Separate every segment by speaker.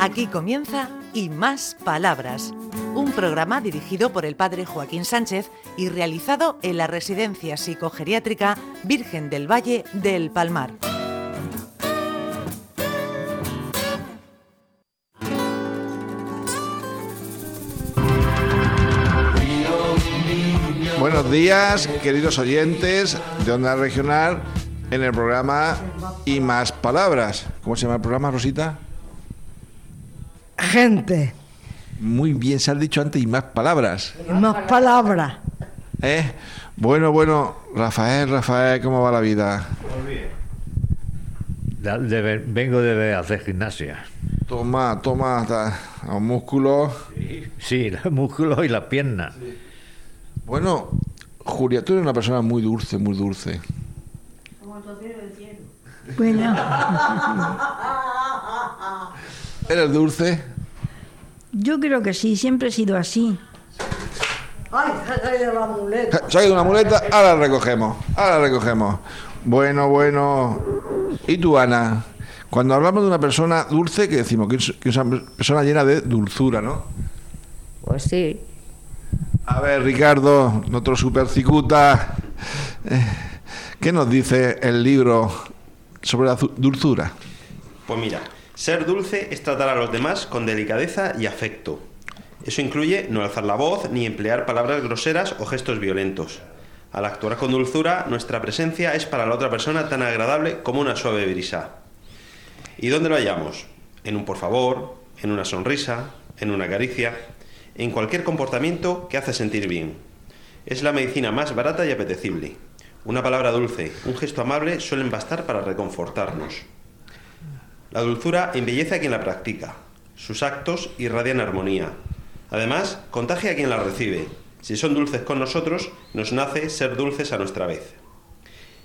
Speaker 1: Aquí comienza Y Más Palabras, un programa dirigido por el padre Joaquín Sánchez y realizado en la Residencia Psicogeriátrica Virgen del Valle del Palmar.
Speaker 2: Buenos días, queridos oyentes de Onda Regional, en el programa Y Más Palabras. ¿Cómo se llama el programa, Rosita?
Speaker 3: gente
Speaker 2: Muy bien, se ha dicho antes Y Más Palabras.
Speaker 3: y más palabras.
Speaker 2: ¿eh? Bueno, bueno, Rafael, Rafael, ¿cómo va la vida?
Speaker 4: Da- de ver- vengo de hacer gimnasia.
Speaker 2: Toma, toma, ta- a un músculo.
Speaker 4: Sí, los músculos y las piernas.
Speaker 2: Bueno, Julia, tú eres una persona muy dulce, muy dulce.
Speaker 3: Bueno,
Speaker 2: ¿Eres dulce?
Speaker 3: yo creo que sí, siempre he sido así.
Speaker 2: Ja, Se ha ido una muleta, ahora la recogemos, ahora la recogemos. Bueno, bueno. ¿Y tú, Ana? Cuando hablamos de una persona dulce, que decimos que es, que es una persona llena de dulzura, ¿no?
Speaker 5: Pues sí,
Speaker 2: A ver, Ricardo, nuestro supercicuta, eh, ¿qué nos dice el libro sobre la zu- dulzura?
Speaker 6: Pues mira, ser dulce es tratar a los demás con delicadeza y afecto. Eso incluye no alzar la voz ni emplear palabras groseras o gestos violentos. Al actuar con dulzura, nuestra presencia es para la otra persona tan agradable como una suave brisa. ¿Y dónde lo hallamos? En un por favor, en una sonrisa, en una caricia, en cualquier comportamiento que hace sentir bien. Es la medicina más barata y apetecible. Una palabra dulce, un gesto amable suelen bastar para reconfortarnos. La dulzura embellece a quien la practica. Sus actos irradian armonía. Además, contagia a quien la recibe. Si son dulces con nosotros, nos nace ser dulces a nuestra vez.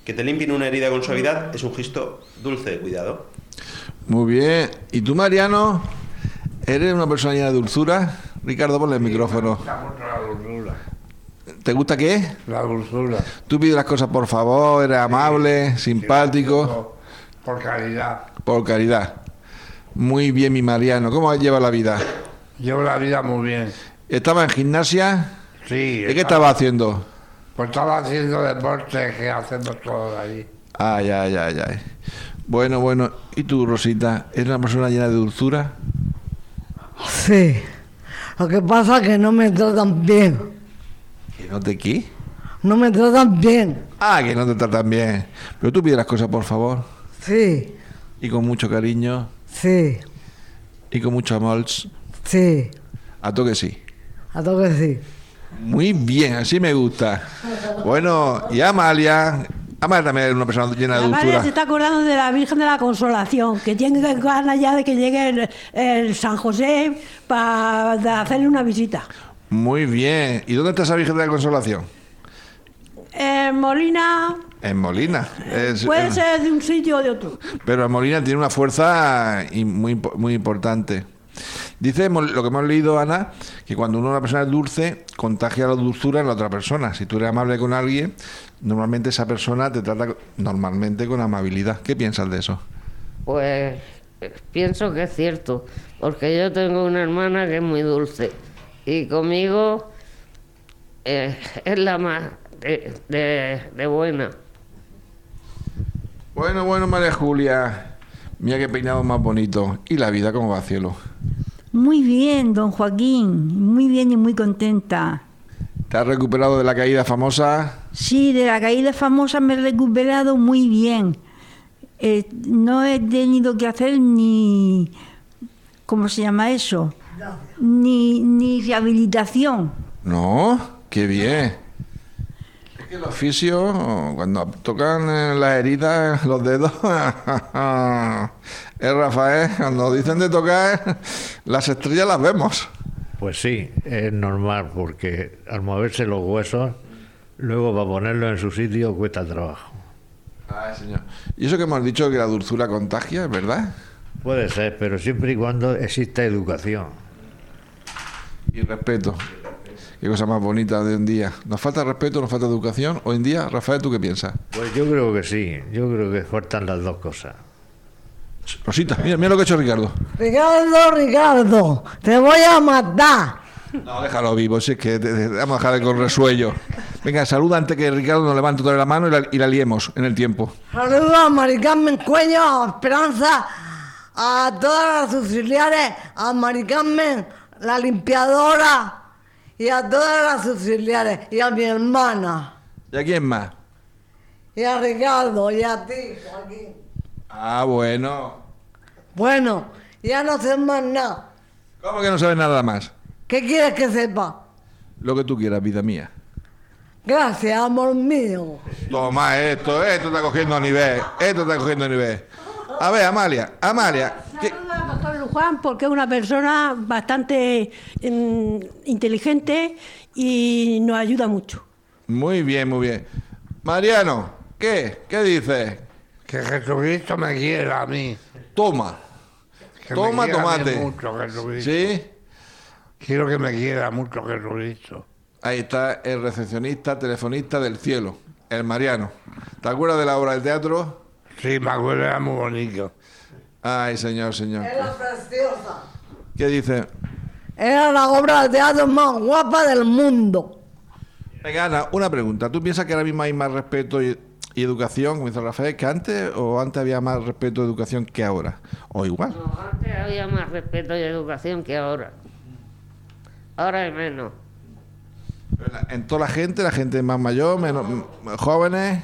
Speaker 6: Que te limpien una herida con suavidad es un gesto dulce de cuidado.
Speaker 2: Muy bien. ¿Y tú, Mariano? ¿Eres una persona llena de dulzura? Ricardo, ponle el micrófono. ¿Te gusta qué?
Speaker 7: La dulzura.
Speaker 2: Tú pides las cosas por favor, eres amable, simpático,
Speaker 7: Por calidad.
Speaker 2: por caridad. Muy bien, mi Mariano. ¿Cómo lleva la vida?
Speaker 7: Llevo la vida muy bien.
Speaker 2: ¿Estaba en gimnasia?
Speaker 7: Sí.
Speaker 2: ¿Y qué estaba haciendo?
Speaker 7: Pues estaba haciendo deporte que hacemos todos allí.
Speaker 2: Ay, ay, ay, ay. Bueno, bueno. ¿Y tú, Rosita? ¿Eres una persona llena de dulzura?
Speaker 3: Sí. Lo que pasa es que no me tratan bien.
Speaker 2: ¿Que no te qué?
Speaker 3: No me tratan bien.
Speaker 2: Ah, que no te tratan bien. Pero tú pides las cosas por favor.
Speaker 3: Sí,
Speaker 2: Y con mucho cariño.
Speaker 3: sí,
Speaker 2: Y con mucho amor.
Speaker 3: sí.
Speaker 2: A toque sí.
Speaker 3: A todo que sí.
Speaker 2: Muy bien, así me gusta. Bueno, y Amalia. Amalia también es una persona llena de
Speaker 8: La madre
Speaker 2: dulzura.
Speaker 8: se está acordando de la Virgen de la Consolación, que tiene ganas ya de que llegue el, el San José para hacerle una visita.
Speaker 2: Muy bien. ¿Y dónde está esa Virgen de la Consolación?
Speaker 8: En Eh, Molina
Speaker 2: En Molina. Es-
Speaker 8: puede
Speaker 2: en-
Speaker 8: ser de un sitio o de otro.
Speaker 2: Pero en Molina tiene una fuerza y muy, impo- muy importante. Dice mo- lo que hemos leído, Ana, que cuando uno una persona es dulce, contagia la dulzura en la otra persona. Si tú eres amable con alguien, normalmente esa persona te trata co- normalmente con amabilidad. ¿Qué piensas de eso?
Speaker 5: pues eh, pienso que es cierto, porque yo tengo una hermana que es muy dulce y conmigo eh, es la más de, de- de buena.
Speaker 2: Bueno, bueno, María Julia. Mira qué peinado más bonito. ¿Y la vida cómo va, cielo?
Speaker 9: Muy bien, don Joaquín, muy bien y muy contenta.
Speaker 2: ¿Te has recuperado de la caída famosa?
Speaker 9: Sí, de la caída famosa me he recuperado muy bien. Eh, no he tenido que hacer ni, ¿cómo se llama eso? Ni, ni rehabilitación.
Speaker 2: No, qué bien. Es que el oficio, cuando tocan eh, las heridas, los dedos, es Rafael, cuando dicen de tocar, las estrellas las vemos.
Speaker 4: Pues sí, es normal, porque al moverse los huesos, luego para ponerlos en su sitio cuesta trabajo.
Speaker 2: Ay, señor. Y eso que hemos dicho que la dulzura contagia, ¿verdad?
Speaker 4: Puede ser, pero siempre y cuando exista educación.
Speaker 2: Y respeto. Qué cosa más bonita de un día. ¿Nos falta respeto, nos falta educación? Hoy en día, Rafael, ¿tú qué piensas?
Speaker 4: Pues yo creo que sí, yo creo que faltan las dos cosas.
Speaker 2: Rosita, mira, mira lo que ha hecho Ricardo.
Speaker 3: Ricardo, Ricardo, te voy a matar.
Speaker 2: No, déjalo vivo, si es que te- te- vamos a dejarle con resuello. Venga, saluda antes que Ricardo nos levante toda la mano y la, y la liemos en el tiempo.
Speaker 3: Saludos a Maricarmen Cuello, a Esperanza, a todas las auxiliares, a Maricarmen, la limpiadora, y a todas las auxiliares, y a mi hermana,
Speaker 2: ¿Y a quién más?
Speaker 3: y a Ricardo, y a ti, Joaquín.
Speaker 2: Ah, bueno.
Speaker 3: Bueno, ya no sé más nada.
Speaker 2: ¿Cómo que no sabes nada más?
Speaker 3: ¿Qué quieres que sepa?
Speaker 2: Lo que tú quieras, vida mía.
Speaker 3: Gracias, amor mío.
Speaker 2: Toma esto, esto está cogiendo nivel, esto está cogiendo nivel. A ver, Amalia, Amalia, ¿qué-
Speaker 8: Saludo al doctor Luján porque es una persona bastante mm, inteligente y nos ayuda mucho.
Speaker 2: muy bien, muy bien. Mariano, ¿qué? ¿Qué dices?
Speaker 7: Que Jesucristo me quiera a mí.
Speaker 2: Toma,
Speaker 7: Que me
Speaker 2: toma
Speaker 7: quiera a mí
Speaker 2: tomate.
Speaker 7: mucho Jesucristo.
Speaker 2: ¿Sí?
Speaker 7: Quiero que me quiera mucho Jesucristo.
Speaker 2: Ahí está el recepcionista, telefonista del cielo, el Mariano. ¿Te acuerdas de la obra de teatro?
Speaker 7: Sí, me acuerdo, era muy bonito.
Speaker 2: Ay, señor, señor.
Speaker 3: Era preciosa.
Speaker 2: ¿Qué dices?
Speaker 3: Era la obra de teatro más guapa del mundo.
Speaker 2: Venga, Ana, una pregunta. ¿Tú piensas que ahora mismo hay más respeto y, y educación, como dice Rafael, que antes o antes había más respeto y educación que ahora? ¿O igual?
Speaker 5: No, antes había más respeto y educación que ahora. Ahora hay menos.
Speaker 2: Pero en la- En toda la gente, la gente más mayor, menos m- jóvenes.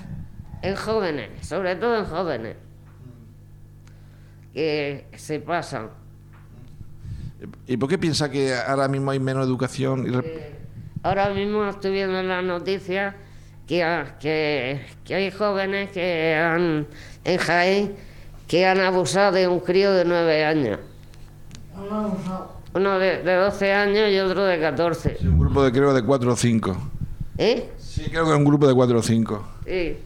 Speaker 5: En jóvenes, sobre todo en jóvenes. Que se pasan.
Speaker 2: ¿Y por qué piensa que ahora mismo hay menos educación? y re-
Speaker 5: Ahora mismo estoy viendo en las noticias que, ha- que, que hay jóvenes que han, en Jaén que han abusado de un crío de nueve años. Uno de, de 12 años y otro de 14.
Speaker 2: Un grupo de creo de 4 o 5.
Speaker 5: ¿Eh?
Speaker 2: Sí, creo que es un grupo de 4 o 5.
Speaker 5: Sí.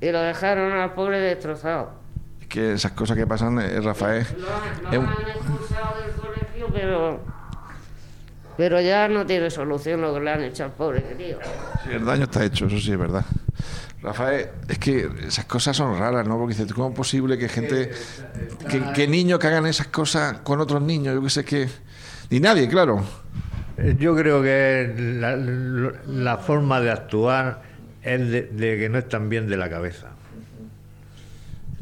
Speaker 5: Y lo dejaron al pobre destrozado.
Speaker 2: Es que esas cosas que pasan, eh, Rafael.
Speaker 5: Lo, han- lo
Speaker 2: Es Eh, un-
Speaker 5: han expulsado del colegio, pero. Pero ya no tiene solución lo que le han hecho al pobre crío.
Speaker 2: Sí, el daño está hecho, eso sí es verdad. Rafael, es que esas cosas son raras, ¿no? Porque dices, ¿cómo es posible que gente, que, que niños que hagan esas cosas con otros niños? Yo qué sé, es que... Ni nadie, claro.
Speaker 4: Eh, Yo creo que la, lo- la forma de actuar es de, de que no están bien de la cabeza.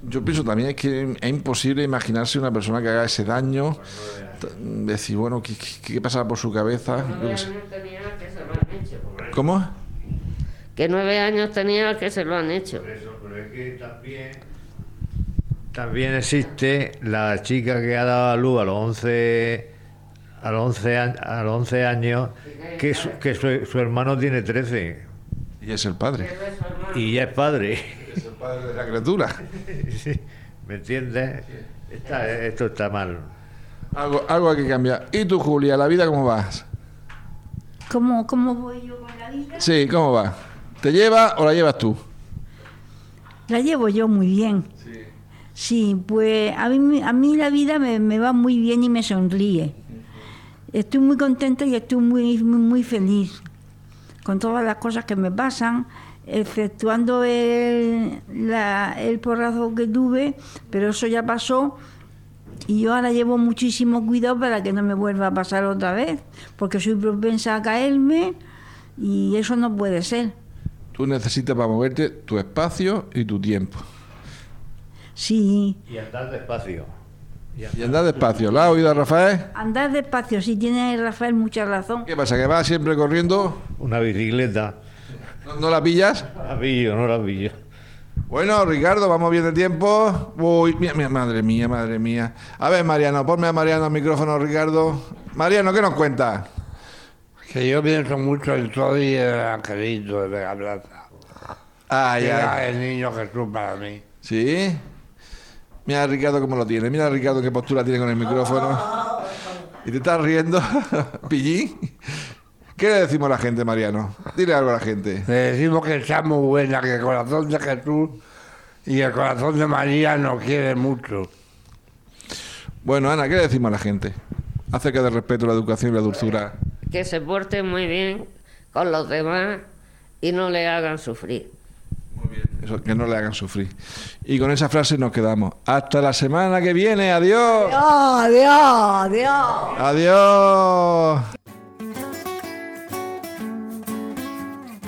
Speaker 2: Yo pienso también es que es imposible imaginarse una persona que haga ese daño, t- decir, bueno, ¿qué, qué, qué pasaba por su cabeza? Yo qué Ah, sé.
Speaker 5: años tenía que se lo han hecho.
Speaker 2: ¿Cómo?
Speaker 5: Que nueve años tenía que se lo han hecho.
Speaker 4: pero es que también... También existe la chica que ha dado a luz a los 11, a los 11, a- a los 11 años, que, su, que su- su hermano tiene 13
Speaker 2: Y es el padre.
Speaker 4: y ya es padre.
Speaker 2: Es el padre de la criatura.
Speaker 4: ¿Me entiendes? Está- esto está mal.
Speaker 2: Algo, algo hay que cambiar. ¿Y tú, Julia, la vida cómo vas?
Speaker 9: ¿Cómo, cómo voy yo con la vida?
Speaker 2: Sí, ¿cómo va? ¿Te lleva o la llevas tú?
Speaker 9: La llevo yo muy bien. Sí. pues a mí, me- a mí la vida me, me va muy bien y me sonríe. Estoy muy contenta y estoy muy, muy, muy feliz con todas las cosas que me pasan, exceptuando el, la- el porrazo que tuve, pero eso ya pasó. Y yo ahora llevo muchísimo cuidado para que no me vuelva a pasar otra vez, porque soy propensa a caerme y eso no puede ser.
Speaker 2: Tú necesitas para moverte tu espacio y tu tiempo.
Speaker 9: Sí,
Speaker 4: Y andar despacio.
Speaker 2: Y andar despacio. ¿La has oído a Rafael?
Speaker 9: Andar despacio, si tiene Rafael mucha razón.
Speaker 2: ¿Qué pasa? ¿Que vas siempre corriendo?
Speaker 4: Una bicicleta.
Speaker 2: ¿No, no la pillas?
Speaker 4: La pillo, no la pillo.
Speaker 2: Bueno, Ricardo, vamos bien de tiempo. Uy, mira, mira, madre mía, madre mía. A ver, Mariano, ponme a Mariano al micrófono, Ricardo. Mariano, ¿qué nos cuenta?
Speaker 7: Que yo pienso mucho en todo y en el angelito de Vega Plaza.
Speaker 2: Ay,
Speaker 7: Era
Speaker 2: ay.
Speaker 7: el niño Jesús para mí.
Speaker 2: ¿Sí? Mira a Ricardo cómo lo tiene. Mira a Ricardo qué postura tiene con el micrófono. ¿Y te estás riendo, Pillín? ¿Qué le decimos a la gente, Mariano? Dile algo a la gente.
Speaker 7: Le decimos que está muy buena, que el corazón de Jesús y el corazón de María nos quiere mucho.
Speaker 2: Bueno, Ana, ¿qué le decimos a la gente? Acerca del respeto, la educación y la dulzura.
Speaker 5: Que se porten muy bien con los demás y no le hagan sufrir.
Speaker 2: Eso, que no le hagan sufrir. Y con esa frase nos quedamos. Hasta la semana que viene. Adiós.
Speaker 3: Dios, Dios, Dios.
Speaker 2: Adiós.